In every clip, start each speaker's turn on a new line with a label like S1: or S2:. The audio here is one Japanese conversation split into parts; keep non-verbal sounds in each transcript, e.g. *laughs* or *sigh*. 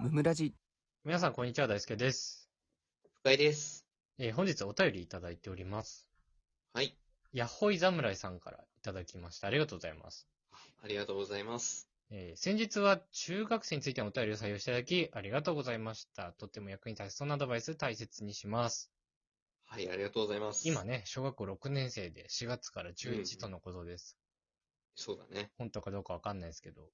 S1: ムムラジ
S2: 皆さん、こんにちは。大輔です。
S3: 深井です。
S2: えー本日お便りいただいております。
S3: はい。
S2: ヤッホイ侍さんからいただきました。ありがとうございます。
S3: ありがとうございます。
S2: えー先日は中学生についてのお便りを採用していただき、ありがとうございました。とっても役に立ちそうなアドバイス大切にします。
S3: はい、ありがとうございます。
S2: 今。ね、小学校6年生で4月から11とのことです。
S3: そうだね。 *laughs*
S2: 本当かどうかわかんないですけど。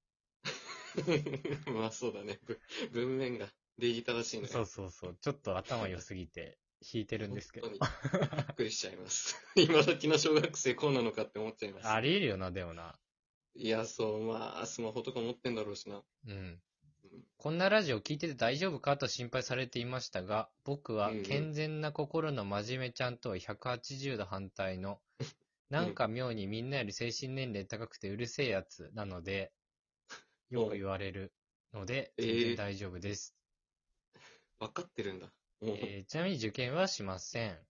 S3: まあそうだね。ぶ文面が礼儀正しいのよ
S2: そうそうそう。ちょっと頭良すぎて引いてるんですけど
S3: 本。当にびっくりしちゃいます。 *laughs* 今時の小学生こうなのかって思っちゃいます。
S2: ありえるよな、でもな。
S3: いや、そう、まあ、スマホとか持ってんだろうしな。
S2: うん。こんなラジオ聞いてて大丈夫かと心配されていましたが、僕は
S3: うんうん
S2: 健全な心の真面目ちゃんとは180度反対
S3: *laughs*
S2: の、なんか妙にみんなより精神年齢高くてうるせえやつなので、よく言われるので、
S3: えー
S2: 全然大丈夫です、
S3: わかってるんだ。もう
S2: えーちなみに受験はしません。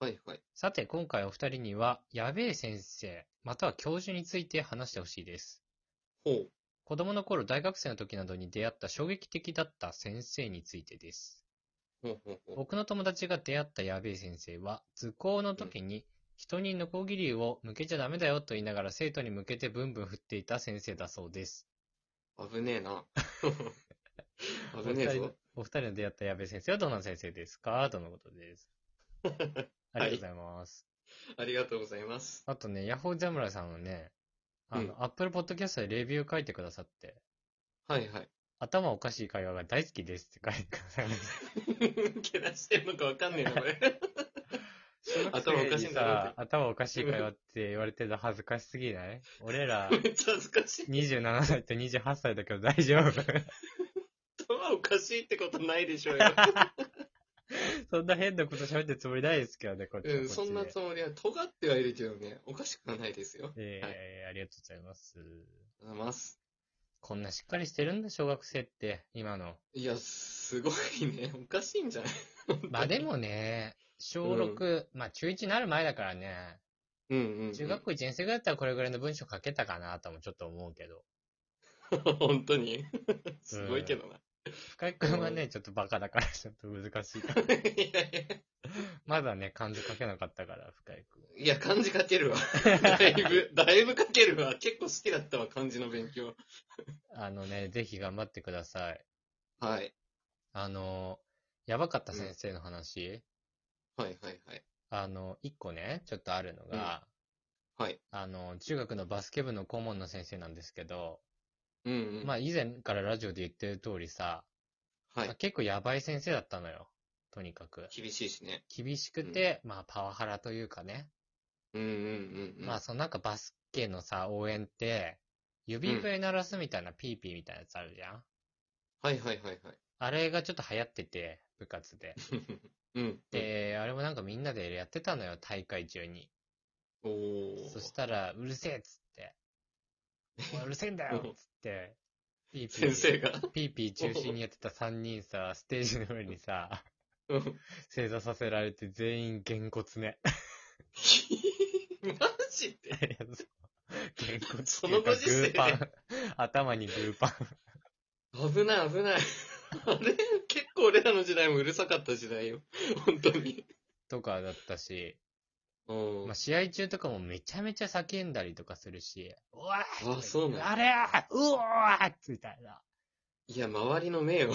S3: はいはい。
S2: さて、今回お二人には、やべえ先生、または教授について話してほしいです。
S3: ほう。
S2: 子供の頃、大学生の時などに出会った衝撃的だった先生についてです。
S3: ほうほうほう。
S2: 僕の友達が出会ったやべえ先生は、図工の時に、人にノコギリを向けちゃダメだよと言いながら生徒に向けてブンブン振っていた先生だそうです。
S3: 危ねえ
S2: *laughs*
S3: な。
S2: お
S3: 危
S2: 二
S3: ねえ
S2: 人の
S3: ぞ。
S2: お二人の出会ったやべえ先生はどんな先生ですかとのことです。ありがとうございます。
S3: ありがとうございます。
S2: あとね、ヤホー侍さんのね、あ
S3: うん
S2: の、アップルポッドキャストでレビュー書いてくださって、
S3: はいはい。 *laughs*
S2: 頭おかしい会話が大好きですって書いてくださいました。
S3: けなしてんのかわかんねえな、これ。 *laughs* 頭おかしいんだろうって
S2: さ、頭おかしい会話って言われてるの恥ずかしすぎない俺ら、
S3: めっちゃ恥ずかしい。
S2: 27歳と28歳だけど大丈夫 *laughs*
S3: 頭おかしいってことないでしょ *laughs* うよ。
S2: そんな変なこと喋ってるつもりないですけどね、こっちはこっちで。
S3: うん、そんなつもりは、尖ってはいるけどね、おかしくはないですよ。
S2: え
S3: はい
S2: えありがとうございます。
S3: ありがとうございます。
S2: こんなしっかりしてるんだ、小学生って、今
S3: *laughs*
S2: の。
S3: いや、すごいね。おかしいんじゃない
S2: まあでもね、小6、まあ中1になる前だからね、
S3: うんうんうん。
S2: 中学校1年生ぐらいだったらこれぐらいの文章書けたかなともちょっと思うけど、
S3: *laughs* 本当に *laughs* すごいけどな。
S2: 深井君はね、ちょっとバカだからちょっと難しいから。 *laughs*
S3: いやい
S2: まだね、漢字書けなかったから、深井君。
S3: や、いや、漢字書けるわ。 *laughs* だいぶ、だいぶ書けるわ。結構好きだったわ、漢字の勉強。
S2: あのね、ぜひ頑張ってください。
S3: はい。
S2: あの、やばかった先生の話、
S3: はいはいはい。
S2: あの、一個ね、ちょっとあるのが、
S3: はい。
S2: あの、中学のバスケ部の顧問の先生なんですけど、
S3: うんうん。
S2: まあ以前からラジオで言ってる通りさ、
S3: は
S2: まあ
S3: い。
S2: 結構やばい先生だったのよ。とにかく。
S3: 厳しいしね。
S2: 厳しくて、まあパワハラというかね。
S3: うんうんうんうん。
S2: まあそのなんかバスケのさ、応援って、指笛鳴らすみたいなピーピーみたいなやつあるじゃん、
S3: はいはいはいはい。
S2: あれがちょっと流行ってて、部活で。
S3: うん。
S2: で、あれもなんかみんなでやってたのよ、大会中に。
S3: うん、おー。
S2: そしたら、うるせえっつって。お前うるせえんだよっつって。ピーピー
S3: 先生が。
S2: ピーピー中心にやってた3人さ、ステージの上にさ、
S3: うん
S2: 正座させられて全員げんこつね。
S3: *laughs* マジで
S2: いやそうげんこつって
S3: そ
S2: い
S3: の
S2: うか
S3: ご時世
S2: グーパン。頭にグーパン。
S3: 危ない危ない。 *laughs* あれ結構俺らの時代もうるさかった時代よ。本当に。
S2: とかだったし、
S3: うん
S2: まあ、。試合中とかもめちゃめちゃ叫んだりとかするし、おわー
S3: あそうなんだ
S2: あれーうおーっみたいな。
S3: いや、周りの目を。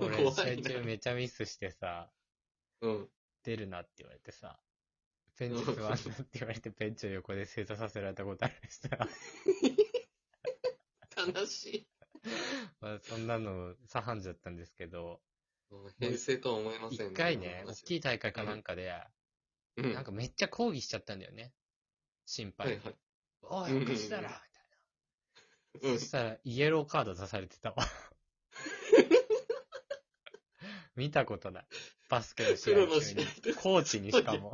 S2: 俺、
S3: 怖
S2: 試
S3: い
S2: 合
S3: な
S2: 中。めちゃミスしてさ、
S3: うん。
S2: 出るなって言われてさ、ベンチ座んなって言われて、ベンチの横で正座させられたことある
S3: *laughs*
S2: しさ、
S3: 悲しい。
S2: まあそんなの、左半じだったんですけど、
S3: うん編成とは思えません
S2: 一回ね、大き
S3: い。
S2: い大会かなんかで、
S3: うん。
S2: なんかめっちゃ抗議しちゃったんだよね。心
S3: は
S2: 配
S3: いはい。
S2: お
S3: うん
S2: い、
S3: うん
S2: おかしいだろみたい
S3: うん
S2: な。そ。したら、イエローカード出されて
S3: *laughs*
S2: たわ。見たことない。バスケの試合
S3: プロの
S2: 中
S3: 試
S2: に
S3: 合。で。
S2: コーチにしかも。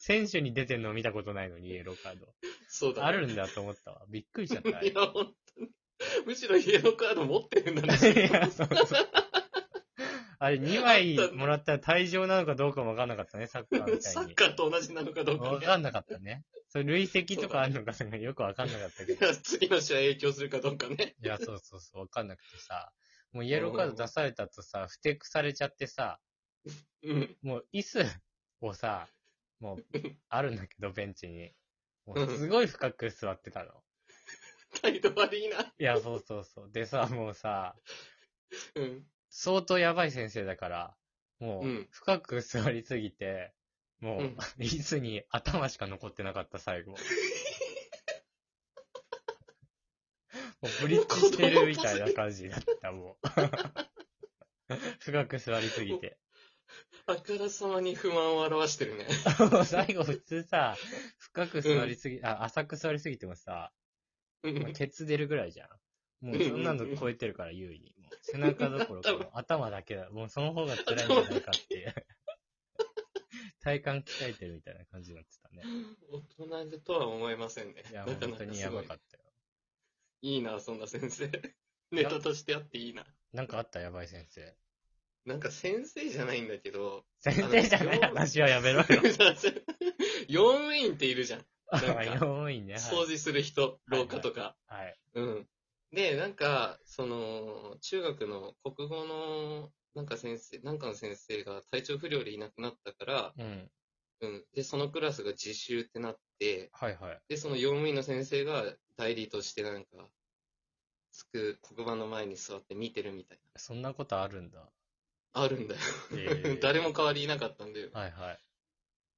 S2: 選手に出てんの見たことないのに、イエローカード。
S3: そうだ、ね。
S2: あるんだと思ったわ。びっくりしちゃった。あ
S3: *laughs*
S2: れ
S3: いや、本当に。むしろイエローカード持ってるん
S2: *laughs*
S3: だ
S2: い
S3: ね。
S2: やそうそうあれ、2枚もらったら退場なのかどうかもわかんなかったね、サッカーみた
S3: サ
S2: い
S3: ッ
S2: に。
S3: カーと同じなのかどうか、
S2: わ
S3: ね。
S2: かんなかったね。それ累積とかあるのかとかよくわかんなかったけ
S3: い
S2: ど。
S3: や次の試合影響するかどうかね。
S2: いや、そうそうそう、わかんなくてさ。もうイエローカード出されたとさ、不適されちゃってさ、
S3: うん。
S2: もう椅子をさ、もう、あるんだけ
S3: *laughs*
S2: ど、ベンチに。もうすごい深く座ってたの。
S3: 態度悪いな。
S2: いや、そうそうそう。でさ、もうさ、
S3: うん。
S2: 相当やばい先生だから、も
S3: う、
S2: うん深く座りすぎて、もう、
S3: うん
S2: 椅子に頭しか残ってなかった、最後。もう、ブリッジしてるみたいな感じだった、もう。 *laughs* 深く座りすぎて。
S3: あからさまに不満を表してるね。
S2: もう最後、普通さ、深く座りすぎ、あ、浅く座りすぎてもさ、
S3: う。
S2: もうんケツ出るぐらいじゃん。もうそんなの超えてるから優位に。もう背中どころかもう頭だけだ。もうその方が辛いんじゃないかっていう。体幹鍛えてるみたいな感じになってたね。
S3: 大人でとは思えませんね。
S2: いや、
S3: なか
S2: 本
S3: な
S2: 当
S3: か
S2: に
S3: す
S2: や
S3: ご
S2: ば
S3: い
S2: か。ったよ。
S3: いいな、そんな先生。ネタとしてあっていいな。
S2: なんかあったやばい先生。
S3: なんか先生じゃないんだけど、
S2: 先生じゃない話はやめろよ。
S3: *laughs* 用務員っているじゃん。
S2: あ、 *laughs*
S3: なんか
S2: 多いね。
S3: 掃除する人、
S2: はい
S3: 廊下とか。
S2: はい。
S3: うん。で、なんか、その、中学の国語の、なんか先生、なんかの先生が体調不良でいなくなったから、
S2: はい。うん。
S3: うん。で、そのクラスが自習ってなって、
S2: はいはい。
S3: で、その用務員の先生が代理としてなんか、つく黒板の前に座って見てるみたい
S2: そんなことあるんだ。
S3: な。あるんだよ。
S2: えー
S3: *laughs* 誰も代わりいなかったんだよ。
S2: はいは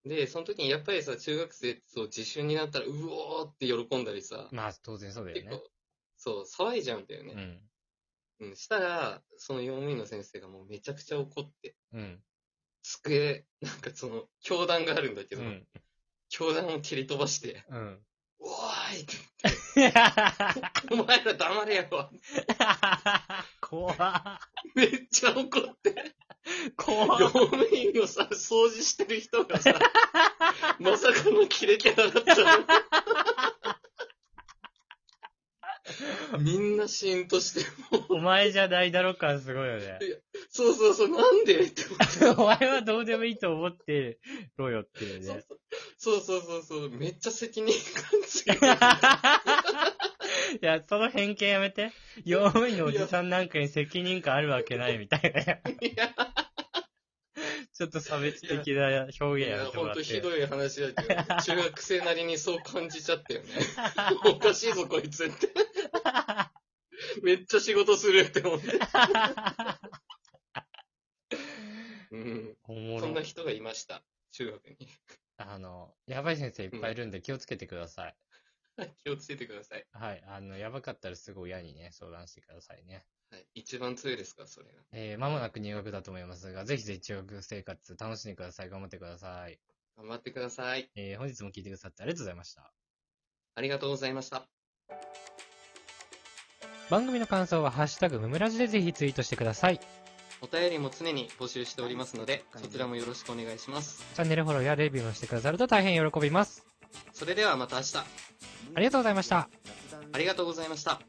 S2: い。
S3: で、その時にやっぱりさ、中学生ってそう自習になったら、うおーって喜んだりさ、
S2: まあ、当然そうだよ
S3: 結
S2: ね
S3: 構。、そう、騒いじゃうんだよね。
S2: うん。
S3: うん、したら、その用務員の先生がもうめちゃくちゃ怒って、
S2: うん。
S3: 机、なんかその、教団があるんだけ
S2: う
S3: ど、
S2: ん。
S3: 教団を蹴り飛ばして、
S2: うん。
S3: *laughs*
S2: *laughs*
S3: おーいって、お前ら黙れよ
S2: 怖っ
S3: めっちゃ怒って、
S2: 怖
S3: 用
S2: っ
S3: 務員のさ、掃除してる人がさ、 *laughs* まさかの切れてなかったの。みんなシーンとして、
S2: お前じゃないだろ感すごいよ
S3: *laughs*
S2: ね。
S3: そうそうそう、なんでって思って。
S2: お前はどうでもいいと思ってろよっていうね。
S3: そうそうそうそう、めっちゃ責任感強い。
S2: *laughs* いや、その偏見やめて。用務員のおじさんなんかに責任感あるわけないみたいな。
S3: いや
S2: ちょっと差別的な表現
S3: い
S2: や
S3: や、
S2: めても
S3: ほ
S2: ら
S3: ん
S2: って
S3: と。ひどい話だけど、中学生なりにそう感じちゃったよね。おかしいぞ、こいつって。めっちゃ仕事するって思 *laughs* って。うん。
S2: おも
S3: そん
S2: ろ
S3: な。人がいました、中学に。
S2: あの、やばい先生いっぱいいるんで気をつけてください。
S3: 気をつけてください。
S2: はい。あの、やばかったらすぐ親にね、相談してくださいね。
S3: はい、一番強いですから、それが。
S2: えー、まもなく入学だと思いますが、ぜひぜひ中学生活楽しんでください。頑張ってください。
S3: 頑張ってください。
S2: えー、本日も聞いてくださってありがとうございました。
S3: ありがとうございました。
S2: 番組の感想は、ハッシュタグムムラジでぜひツイートしてください。チ
S3: お便りも常に募集しておりますので、そちらもよろしくお願いします。
S2: ャンネルフォローやレビューもしてくださると大変喜びます。
S3: それではまた明日、
S2: ありがとうございました。
S3: ありがとうございました。